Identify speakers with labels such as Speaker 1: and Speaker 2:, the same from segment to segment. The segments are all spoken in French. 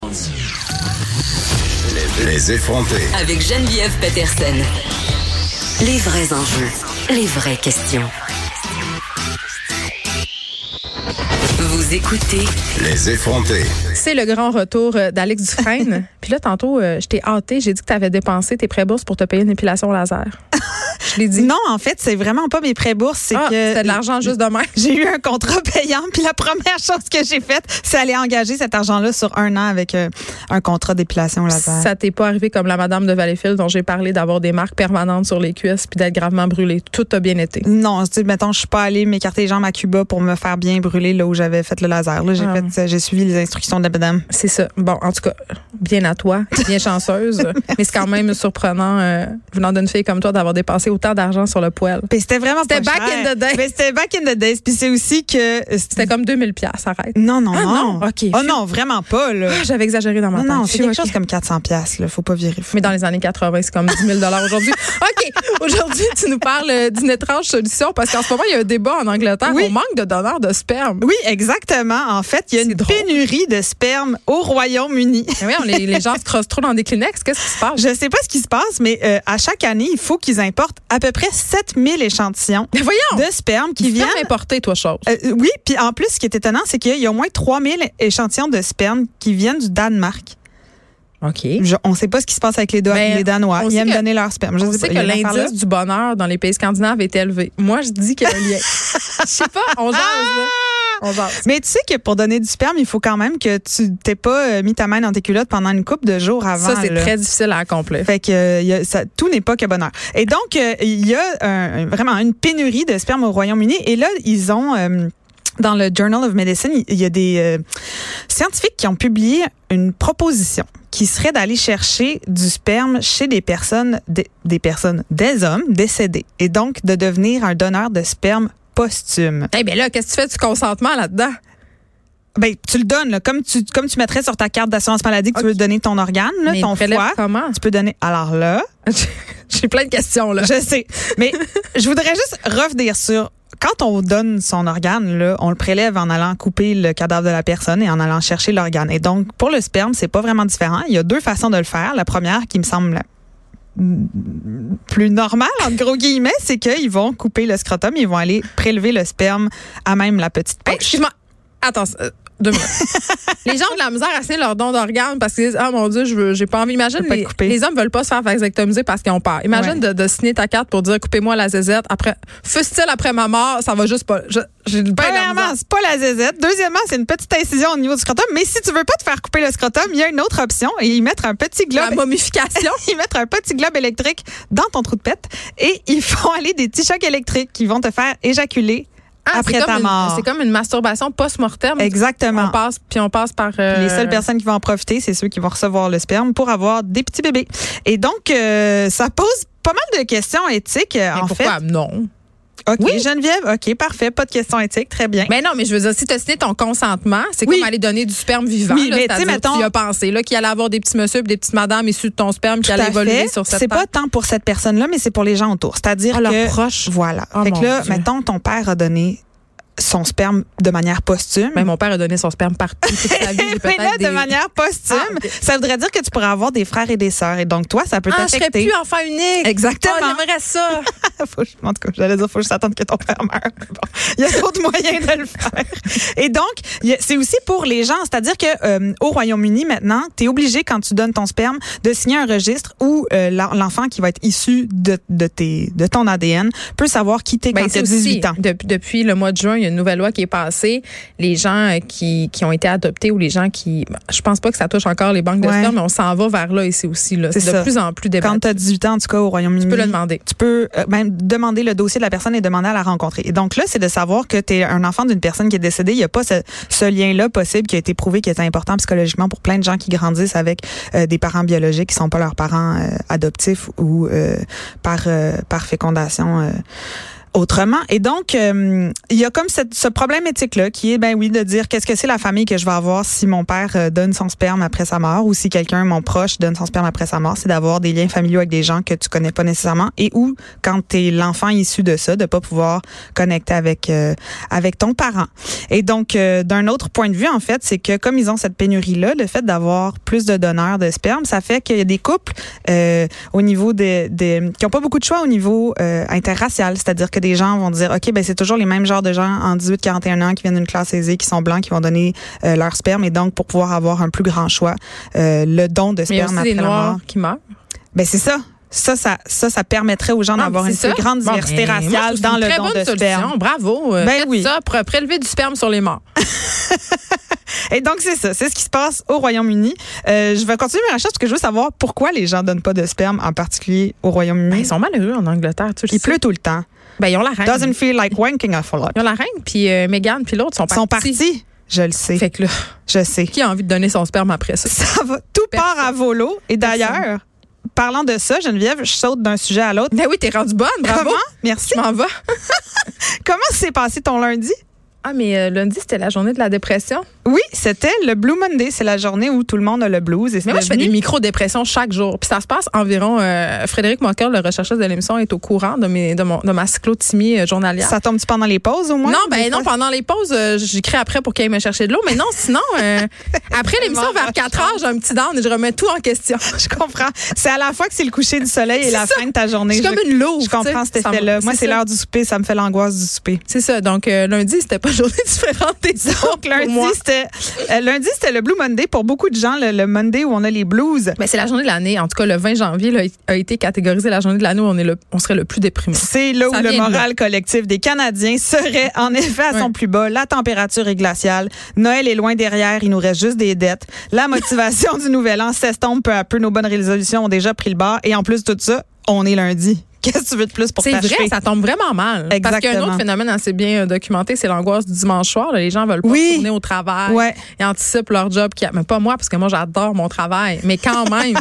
Speaker 1: Podcast. Les effronter.
Speaker 2: Avec Geneviève Peterson. Les vrais enjeux, les vraies questions. Vous écoutez
Speaker 1: Les effronter.
Speaker 3: C'est le grand retour euh, d'Alex Dufresne. Puis là, tantôt, euh, je t'ai hâté. J'ai dit que tu avais dépensé tes prêts bourses pour te payer une épilation laser. Je l'ai dit.
Speaker 4: Non, en fait, c'est vraiment pas mes prêts bourses, c'est
Speaker 3: Ah,
Speaker 4: que
Speaker 3: c'était de l'argent juste de même.
Speaker 4: j'ai eu un contrat payant, puis la première chose que j'ai faite, c'est aller engager cet argent-là sur un an avec euh, un contrat d'épilation laser.
Speaker 3: Ça t'est pas arrivé comme la madame de Valleyfield dont j'ai parlé d'avoir des marques permanentes sur les cuisses puis d'être gravement brûlée. Tout a bien été.
Speaker 4: Non, tu sais, mettons, je suis pas allée m'écarter les jambes à Cuba pour me faire bien brûler là où j'avais fait le laser. Là, j'ai
Speaker 3: Ah.
Speaker 4: fait, euh, j'ai suivi les instructions de la madame.
Speaker 3: C'est ça. Bon, en tout cas, bien à toi, bien chanceuse. mais c'est quand même surprenant, euh, venant d'une fille comme toi, d'avoir dépensé autant d'argent sur le poêle.
Speaker 4: Puis c'était vraiment
Speaker 3: C'était
Speaker 4: pas
Speaker 3: back
Speaker 4: cher.
Speaker 3: in the days.
Speaker 4: Mais c'était back in the days. Puis c'est aussi que euh,
Speaker 3: C'était comme 2000 pièces, arrête.
Speaker 4: non, non,
Speaker 3: Ah,
Speaker 4: non.
Speaker 3: non, ok.
Speaker 4: Oh non, vraiment pas là.
Speaker 3: Ah, J'avais exagéré dans ma
Speaker 4: Non,
Speaker 3: tête.
Speaker 4: non, c'est
Speaker 3: Phew,
Speaker 4: quelque
Speaker 3: ok.
Speaker 4: chose comme 400 pièces. Là, faut pas virer. fou.
Speaker 3: Mais dans les années 80, c'est comme 10 000 aujourd'hui. OK, aujourd'hui, tu nous parles euh, d'une étrange solution parce qu'en ce moment, il y a un débat en Angleterre.
Speaker 4: Oui.
Speaker 3: On manque de donneurs de sperme.
Speaker 4: Oui, exactement. En fait, il y a
Speaker 3: C'est
Speaker 4: une
Speaker 3: drôle.
Speaker 4: pénurie de sperme au Royaume-Uni.
Speaker 3: Mais oui, on- les, les gens se crossent trop dans des Kleenex. Qu'est-ce qui se passe?
Speaker 4: Je sais pas ce qui se passe, mais euh, à chaque année, il faut qu'ils importent à peu près 7000 échantillons
Speaker 3: Mais voyons!
Speaker 4: de sperme qui
Speaker 3: Qui
Speaker 4: viennent.
Speaker 3: vient m'importer, toi, chose.
Speaker 4: Euh, oui, puis en plus, ce qui est étonnant, c'est qu'il y a au moins 3000 échantillons de sperme qui viennent du Danemark.
Speaker 3: OK.
Speaker 4: Je- on sait pas ce qui se passe avec les, Dan-
Speaker 3: Mais
Speaker 4: les Danois.
Speaker 3: on
Speaker 4: Ils
Speaker 3: sait
Speaker 4: aiment
Speaker 3: que-
Speaker 4: donner leur sperme. Je
Speaker 3: Je sais
Speaker 4: sais pas,
Speaker 3: que
Speaker 4: il y a une affaire là.
Speaker 3: l'indice du bonheur dans les pays scandinaves est élevé. Moi, je dis qu'il y a un lien. Je sais pas, on jase, là. On jase.
Speaker 4: Ah! Mais tu sais que pour donner du sperme, il faut quand même que tu t'es pas euh, mis ta main dans tes culottes pendant une couple de jours avant.
Speaker 3: Ça, c'est
Speaker 4: là.
Speaker 3: très difficile à accomplir.
Speaker 4: Fait que euh, il y a- ça, tout n'est pas que bonheur. Et donc, euh, il y a un- un- vraiment une pénurie de sperme au Royaume-Uni. Et là, ils ont, euh, dans le Journal of Medicine, il il y a des euh, scientifiques qui ont publié une proposition qui serait d'aller chercher du sperme chez des personnes, des, des personnes, des hommes décédés. Et donc, de devenir un donneur de sperme posthume.
Speaker 3: Eh bien là, qu'est-ce que tu fais du consentement là-dedans?
Speaker 4: Ben, tu le donnes, là, comme tu, comme tu mettrais sur ta carte d'assurance maladie que tu veux donner ton organe, là,
Speaker 3: Mais
Speaker 4: ton
Speaker 3: prélève
Speaker 4: foie.
Speaker 3: comment?
Speaker 4: Tu peux donner. Alors là,
Speaker 3: J'ai plein de questions, là.
Speaker 4: Je sais. Mais je voudrais juste revenir sur. Quand on donne son organe, là, on le prélève en allant couper le cadavre de la personne et en allant chercher l'organe. Et donc, pour le sperme, c'est pas vraiment différent. Il y a deux façons de le faire. La première, qui me semble la- plus normale, entre gros guillemets, c'est qu'ils vont couper le scrotum, ils vont aller prélever le sperme à même la petite
Speaker 3: Hey,
Speaker 4: poche.
Speaker 3: Excuse-moi. Attends, euh, deux minutes. les gens ont de la misère à signer leur don d'organes parce qu'ils disent Ah mon Dieu, je veux, j'ai pas envie. Imagine,
Speaker 4: Je peux pas
Speaker 3: les,
Speaker 4: te couper.
Speaker 3: les hommes veulent pas se faire vasectomiser parce qu'ils ont peur. Imagine de, de signer ta carte pour dire Coupez-moi la zézette. Après, fût-il après ma mort, ça va juste pas. je- J'ai ben de la
Speaker 4: Premièrement,
Speaker 3: misère.
Speaker 4: c'est pas la zézette. Deuxièmement, c'est une petite incision au niveau du scrotum. Mais si tu veux pas te faire couper le scrotum, il y a une autre option et y mettre un petit
Speaker 3: La
Speaker 4: globe
Speaker 3: momification.
Speaker 4: ils mettent un petit globe électrique dans ton trou de pète et ils font aller des petits chocs électriques qui vont te faire éjaculer
Speaker 3: Ah,
Speaker 4: après
Speaker 3: c'est
Speaker 4: ta
Speaker 3: comme une-
Speaker 4: mort.
Speaker 3: C'est comme une masturbation post-mortem. On
Speaker 4: Exactement.
Speaker 3: passe, puis on passe par. euh,
Speaker 4: Les seules personnes qui vont en profiter, c'est ceux qui vont recevoir le sperme pour avoir des petits bébés. Et donc, euh, ça pose pas mal de questions éthiques, euh,
Speaker 3: mais
Speaker 4: en fait.
Speaker 3: pourquoi? Non.
Speaker 4: OK,
Speaker 3: Oui.
Speaker 4: Geneviève, OK, parfait. Pas de questions éthiques, très bien.
Speaker 3: Mais non, mais je veux dire, si tu as signé ton consentement, c'est
Speaker 4: Oui.
Speaker 3: comme aller donner du sperme vivant.
Speaker 4: Oui,
Speaker 3: là,
Speaker 4: mais tu sais,
Speaker 3: c'est-à-dire,
Speaker 4: mettons-
Speaker 3: tu y as pensé, là, qu'il allait avoir des petits messieurs et des petites madames issues de ton sperme qui
Speaker 4: Tout à
Speaker 3: allaient évoluer
Speaker 4: fait.
Speaker 3: sur cette
Speaker 4: C'est pas
Speaker 3: terre.
Speaker 4: tant pour cette personne-là, mais c'est pour les gens autour. C'est-à-dire
Speaker 3: Ah, leurs
Speaker 4: que
Speaker 3: proches.
Speaker 4: Voilà.
Speaker 3: Ah,
Speaker 4: fait
Speaker 3: mon
Speaker 4: que là,
Speaker 3: Dieu.
Speaker 4: mettons, ton père a donné son sperme de manière posthume.
Speaker 3: Mais Ben, mon père a donné son sperme partout toute sa vie. j'ai
Speaker 4: Mais
Speaker 3: peut-être
Speaker 4: là,
Speaker 3: des-
Speaker 4: de manière posthume,
Speaker 3: Ah, ok.
Speaker 4: ça voudrait dire que tu pourrais avoir des frères et des sœurs. Et donc, toi, ça peut
Speaker 3: Ah, je serais
Speaker 4: t'affecter.
Speaker 3: plus enfant unique.
Speaker 4: Exactement.
Speaker 3: Ah, J'aimerais ça.
Speaker 4: Faut que je- en tout cas, j'allais dire, faut juste attendre que ton père meure. Bon, il y a d'autres moyens de le faire. Et donc, il y a- c'est aussi pour les gens. C'est-à-dire que euh, au Royaume-Uni, maintenant, tu es obligé, quand tu donnes ton sperme, de signer un registre où euh, l'en- l'enfant qui va être issu de, de, tes, de ton ADN peut savoir qui t'es quand
Speaker 3: Ben,
Speaker 4: tu
Speaker 3: c'est
Speaker 4: as
Speaker 3: aussi,
Speaker 4: 18 ans.
Speaker 3: dep- depuis le mois de juin, il y a une nouvelle loi qui est passée. Les gens euh, qui, qui ont été adoptés ou les gens qui. ben, Je pense pas que ça touche encore les banques de
Speaker 4: Ouais.
Speaker 3: sperme, mais on s'en va vers là ici aussi. là.
Speaker 4: C'est
Speaker 3: C'est de
Speaker 4: ça.
Speaker 3: plus en plus
Speaker 4: Quand
Speaker 3: débattu.
Speaker 4: tu as 18 ans, en tout cas, au Royaume-Uni.
Speaker 3: Tu peux le demander.
Speaker 4: tu peux euh, même demander le dossier de la personne et demander à la rencontrer. Et donc là, c'est de savoir que tu es un enfant d'une personne qui est décédée. Il n'y a pas ce, ce lien-là possible qui a été prouvé qui est important psychologiquement pour plein de gens qui grandissent avec euh, des parents biologiques qui sont pas leurs parents euh, adoptifs ou euh, par, euh, par fécondation. euh, autrement. Et donc, euh, il y a comme cette- ce problème éthique-là qui est, ben oui, de dire qu'est-ce que c'est la famille que je vais avoir si mon père euh, donne son sperme après sa mort ou si quelqu'un, mon proche, donne son sperme après sa mort, c'est d'avoir des liens familiaux avec des gens que tu connais pas nécessairement et ou quand t'es l'enfant issu de ça, de pas pouvoir connecter avec euh, avec ton parent. Et donc, euh, d'un autre point de vue, en fait, c'est que comme ils ont cette pénurie-là, le fait d'avoir plus de donneurs de sperme, ça fait qu'il y a des couples euh, au niveau des, des qui ont pas beaucoup de choix au niveau euh, interracial, c'est-à-dire que des gens vont dire ok ben c'est toujours les mêmes genres de gens en 18-41 ans qui viennent d'une classe aisée, qui sont blancs, qui vont donner euh, leur sperme et donc pour pouvoir avoir un plus grand choix, euh, le don de
Speaker 3: Mais il y a
Speaker 4: sperme
Speaker 3: aussi des
Speaker 4: après la mort.
Speaker 3: noirs qui meurent.
Speaker 4: Ben c'est ça. Ça, ça, ça, ça permettrait aux gens
Speaker 3: Non,
Speaker 4: d'avoir
Speaker 3: Ah, mais
Speaker 4: une
Speaker 3: c'est
Speaker 4: plus
Speaker 3: ça.
Speaker 4: grande
Speaker 3: Bon,
Speaker 4: diversité
Speaker 3: ben, moi,
Speaker 4: raciale
Speaker 3: je trouve que
Speaker 4: dans
Speaker 3: c'est
Speaker 4: le
Speaker 3: une très
Speaker 4: don
Speaker 3: bonne
Speaker 4: de
Speaker 3: solution.
Speaker 4: sperme.
Speaker 3: Bravo. Euh,
Speaker 4: Ben
Speaker 3: faites
Speaker 4: oui.
Speaker 3: ça pour prélever du sperme sur les morts.
Speaker 4: Et donc, c'est ça. C'est ce qui se passe au Royaume-Uni. Euh, je vais continuer mes recherches parce que je veux savoir pourquoi les gens donnent pas de sperme, en particulier au
Speaker 3: Ben,
Speaker 4: Royaume-Uni.
Speaker 3: ils sont malheureux en Angleterre, tu le sais.
Speaker 4: Il pleut tout le temps.
Speaker 3: Ben, ils ont la reine.
Speaker 4: Doesn't feel like wanking a lot.
Speaker 3: Ils ont la reine, puis euh, Meghan, puis l'autre sont
Speaker 4: Ils
Speaker 3: partis.
Speaker 4: sont partis. Je le sais.
Speaker 3: Fait que là,
Speaker 4: Je sais.
Speaker 3: qui a envie de donner son sperme après ça?
Speaker 4: Ça va. Tout
Speaker 3: Personne.
Speaker 4: part à volo. Et d'ailleurs, parlant de ça, Geneviève, je saute d'un sujet à l'autre.
Speaker 3: Ben oui, t'es rendue bonne, bravo.
Speaker 4: Comment? Merci.
Speaker 3: Je m'en vais.
Speaker 4: Comment s'est passé ton lundi?
Speaker 3: Ah, mais euh, lundi, c'était la journée de la dépression.
Speaker 4: Oui, c'était le Blue Monday. C'est la journée où tout le monde a le blues. Et c'est
Speaker 3: Mais moi, je fais des
Speaker 4: devenu-
Speaker 3: micro-dépressions chaque jour. Puis ça se passe environ. euh, Frédéric Mocker, le rechercheur de l'émission, est au courant de, mes, de, mon, de ma cyclotimie euh, journalière.
Speaker 4: Ça tombe-tu pendant les pauses au moins?
Speaker 3: non, ben
Speaker 4: Des
Speaker 3: non,
Speaker 4: fois,
Speaker 3: pendant les pauses, euh, j'écris après pour qu'elle aille me chercher de l'eau. Mais non, sinon, euh, après l'émission, vers 4 heures, j'ai un petit down et je remets tout en question.
Speaker 4: Je comprends. C'est à la fois que c'est le coucher du soleil et
Speaker 3: C'est
Speaker 4: la
Speaker 3: ça.
Speaker 4: fin de ta
Speaker 3: Je
Speaker 4: journée.
Speaker 3: suis comme une louve.
Speaker 4: Je comprends
Speaker 3: tu sais.
Speaker 4: cet
Speaker 3: Ça me-
Speaker 4: effet-là. Moi, c'est
Speaker 3: ça.
Speaker 4: l'heure du souper, ça me fait l'angoisse du souper.
Speaker 3: C'est ça. Donc, euh, lundi, c'était pas une journée différente des autres.
Speaker 4: Donc, lundi, c'était euh, lundi, c'était le Blue Monday pour beaucoup de gens, le, le Monday où on a les blues.
Speaker 3: Mais c'est la journée de l'année. En tout cas, le 20 janvier là, a été catégorisé la journée de l'année où on, est le, on serait le plus déprimé.
Speaker 4: C'est là où
Speaker 3: Ça
Speaker 4: le
Speaker 3: vient de
Speaker 4: moral collectif des Canadiens serait en effet à son
Speaker 3: Ouais.
Speaker 4: plus bas. La température est glaciale. Noël est loin derrière. Il nous reste juste des dettes. La motivation du nouvel an s'estompe peu à peu. Nos bonnes résolutions ont déjà pris le bord. Et en plus de tout ça, on est lundi. Qu'est-ce que tu veux de plus pour
Speaker 3: C'est
Speaker 4: t'achever?
Speaker 3: vrai, ça tombe vraiment mal. Parce qu'il y a un
Speaker 4: Exactement.
Speaker 3: autre phénomène assez bien euh, documenté, c'est l'angoisse du dimanche soir. là. Les gens veulent pas
Speaker 4: Oui.
Speaker 3: retourner au travail.
Speaker 4: Ouais.
Speaker 3: Ils anticipent leur job. Qui... Mais pas moi, parce que moi, j'adore mon travail. Mais quand même,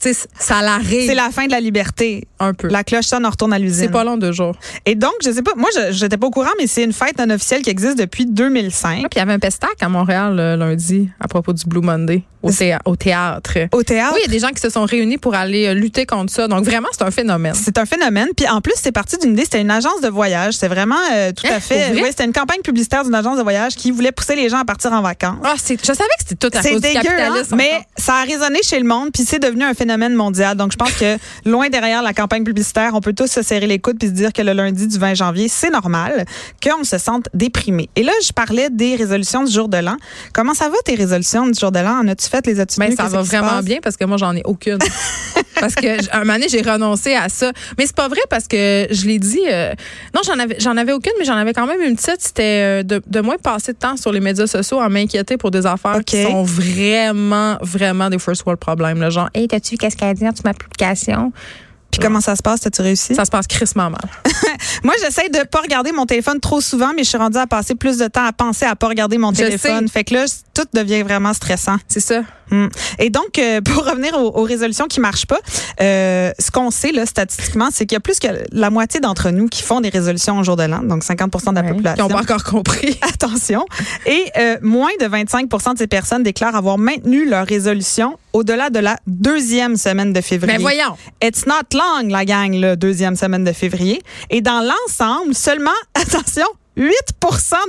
Speaker 3: tu sais, ça l'arrive
Speaker 4: C'est la fin de la liberté.
Speaker 3: un peu.
Speaker 4: La cloche sonne, on retourne à l'usine.
Speaker 3: C'est pas long deux jours.
Speaker 4: Et donc, je sais pas, moi, je j'étais pas au courant, mais c'est une fête non officielle qui existe depuis 2005.
Speaker 3: Puis il y avait un pestac à Montréal euh, lundi à propos du Blue Monday au, théa- au théâtre.
Speaker 4: Au théâtre,
Speaker 3: Oui, il y a des gens qui se sont réunis pour aller euh, lutter contre ça. Donc vraiment, c'est un phénomène.
Speaker 4: c'est un phénomène. Puis en plus, c'est parti d'une idée, c'était une agence de voyage. C'est vraiment euh, tout
Speaker 3: Hein,
Speaker 4: à fait...
Speaker 3: pour vrai?
Speaker 4: Oui, c'était une campagne publicitaire d'une agence de voyage qui voulait pousser les gens à partir en vacances.
Speaker 3: Ah, c'est- je savais que c'était tout à
Speaker 4: C'est
Speaker 3: cause du
Speaker 4: dégueu, hein,
Speaker 3: capitalisme.
Speaker 4: mais ça a résonné chez le monde, puis c'est devenu un phénomène mondial. Donc, je pense que loin derrière la campagne publicitaire, on peut tous se serrer les coudes puis se dire que le lundi du 20 janvier, c'est normal qu'on se sente déprimé. Et là, je parlais des résolutions du jour de l'an. Comment ça va tes résolutions du jour de l'an? En as-tu fait les as-tu
Speaker 3: Ben,
Speaker 4: tenues?
Speaker 3: ça
Speaker 4: Qu'est-ce
Speaker 3: va
Speaker 4: qui se
Speaker 3: vraiment
Speaker 4: passe?
Speaker 3: bien parce que moi, j'en ai aucune. parce que j- un moment donné, j'ai renoncé à ça. Mais c'est pas vrai parce que je l'ai dit. euh, non, j'en avais, j'en avais aucune, mais j'en avais quand même une petite. C'était euh, de, de moins passer de temps sur les médias sociaux à m'inquiéter pour des affaires qui
Speaker 4: Ok.
Speaker 3: sont vraiment, vraiment des first world problèmes. Là, genre, hey, t'as-tu vu qu'est-ce qu'elle dit dans ma publication?
Speaker 4: Puis comment ça se passe? As-tu réussi?
Speaker 3: Ça se passe crissement mal.
Speaker 4: Moi, j'essaie de pas regarder mon téléphone trop souvent, mais je suis rendue à passer plus de temps à penser à pas regarder mon
Speaker 3: Je
Speaker 4: téléphone. Fait que là, tout devient vraiment stressant.
Speaker 3: C'est ça.
Speaker 4: Hum. Et donc, euh, pour revenir aux, aux résolutions qui marchent pas, euh, ce qu'on sait là, statistiquement, c'est qu'il y a plus que la moitié d'entre nous qui font des résolutions au jour de l'an, donc 50 de la
Speaker 3: Ouais. Qui
Speaker 4: population.
Speaker 3: ont pas encore compris.
Speaker 4: Attention. Et euh, moins de 25 de ces personnes déclarent avoir maintenu leur résolution au-delà de la deuxième semaine de février.
Speaker 3: Mais Ben voyons.
Speaker 4: It's not long, la gang, la deuxième semaine de février. Et dans l'ensemble, seulement, attention, 8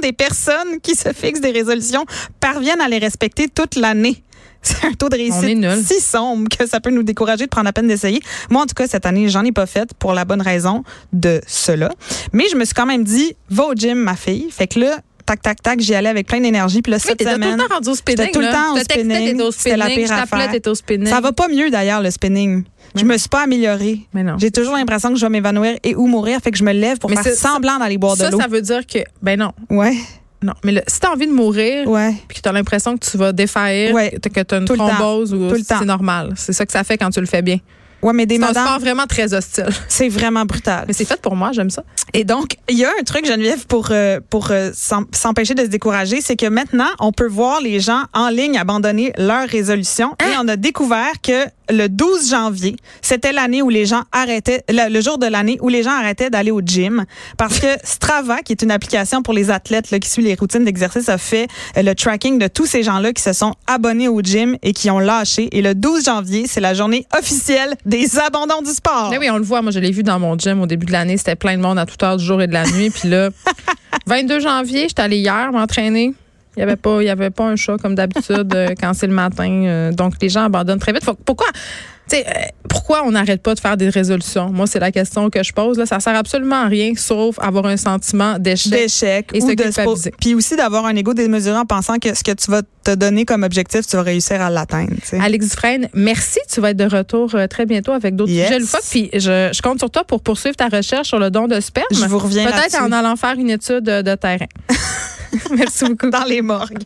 Speaker 4: des personnes qui se fixent des résolutions parviennent à les respecter toute l'année. C'est un taux de
Speaker 3: On est
Speaker 4: réussite
Speaker 3: nuls.
Speaker 4: si sombre que ça peut nous décourager de prendre la peine d'essayer. Moi, en tout cas, cette année, j'en ai pas fait pour la bonne raison de cela. Mais je me suis quand même dit, va au gym, ma fille. Fait que là, tac, tac, tac, j'y allais avec plein d'énergie. Puis là,
Speaker 3: Oui,
Speaker 4: cette
Speaker 3: t'étais tout le
Speaker 4: semaine,
Speaker 3: temps rendu au spinning.
Speaker 4: j'étais tout le
Speaker 3: là.
Speaker 4: temps au
Speaker 3: Je te textais,
Speaker 4: spinning.
Speaker 3: t'étais au
Speaker 4: C'était la
Speaker 3: spinning.
Speaker 4: pire
Speaker 3: Je t'appelais,
Speaker 4: affaire.
Speaker 3: t'étais au spinning.
Speaker 4: ça va pas mieux d'ailleurs, le spinning. Je me suis pas améliorée.
Speaker 3: Mais non.
Speaker 4: J'ai toujours l'impression que je vais m'évanouir et ou mourir. Fait que je me lève pour
Speaker 3: Mais
Speaker 4: faire
Speaker 3: ça- ça-
Speaker 4: semblant d'aller boire
Speaker 3: Ça,
Speaker 4: de l'eau.
Speaker 3: ça veut dire que, ben non,
Speaker 4: Ouais,
Speaker 3: Non, mais le- si t'as envie de mourir,
Speaker 4: ouais.
Speaker 3: puis que t'as l'impression que tu vas défaillir,
Speaker 4: Ouais.
Speaker 3: que que t'as une
Speaker 4: Tout le temps.
Speaker 3: thrombose ou
Speaker 4: Tout le temps.
Speaker 3: c'est normal. C'est ça que ça fait quand tu le fais bien.
Speaker 4: Ouais, mais des
Speaker 3: C'est un
Speaker 4: madames,
Speaker 3: sport vraiment très hostile.
Speaker 4: c'est vraiment brutal.
Speaker 3: Mais c'est fait pour moi, j'aime ça.
Speaker 4: Et donc, il y a un truc, Geneviève, pour, euh, pour euh, s'em- s'empêcher de se décourager, c'est que maintenant, on peut voir les gens en ligne abandonner leurs résolutions. Et on a découvert que le 12 janvier, c'était l'année où les gens arrêtaient, le, le jour de l'année où les gens arrêtaient d'aller au gym parce que Strava, qui est une application pour les athlètes là, qui suit les routines d'exercice, a fait euh, le tracking de tous ces gens-là qui se sont abonnés au gym et qui ont lâché. Et le 12 janvier, c'est la journée officielle des abandons du sport.
Speaker 3: Mais oui, on le voit. Moi, je l'ai vu dans mon gym au début de l'année. C'était plein de monde à toute heure du jour et de la nuit. Puis là, 22 janvier, j'étais allée hier m'entraîner. Il n'y avait, pas- il y avait pas un chat comme d'habitude euh, quand c'est le matin. Euh, donc, les gens abandonnent très vite. Faut que- pourquoi? tu sais, euh, pourquoi on n'arrête pas de faire des résolutions? Moi, c'est la question que je pose. Là. Ça sert absolument à rien, sauf avoir un sentiment d'échec.
Speaker 4: d'échecs
Speaker 3: Ben, Et
Speaker 4: ou
Speaker 3: se
Speaker 4: de
Speaker 3: culpabiliser.
Speaker 4: puis aussi d'avoir un ego démesuré en pensant que ce que tu vas te donner comme objectif, tu vas réussir à l'atteindre. tu sais.
Speaker 3: Alex Dufresne, merci. Tu vas être de retour euh, très bientôt avec d'autres
Speaker 4: Yes.
Speaker 3: sujets. le fuck. Puis je, je compte sur toi pour poursuivre ta recherche sur le don de sperme.
Speaker 4: Je vous reviens
Speaker 3: Peut-être
Speaker 4: là-dessus.
Speaker 3: en allant faire une étude euh, de terrain. merci beaucoup.
Speaker 4: dans les morgues.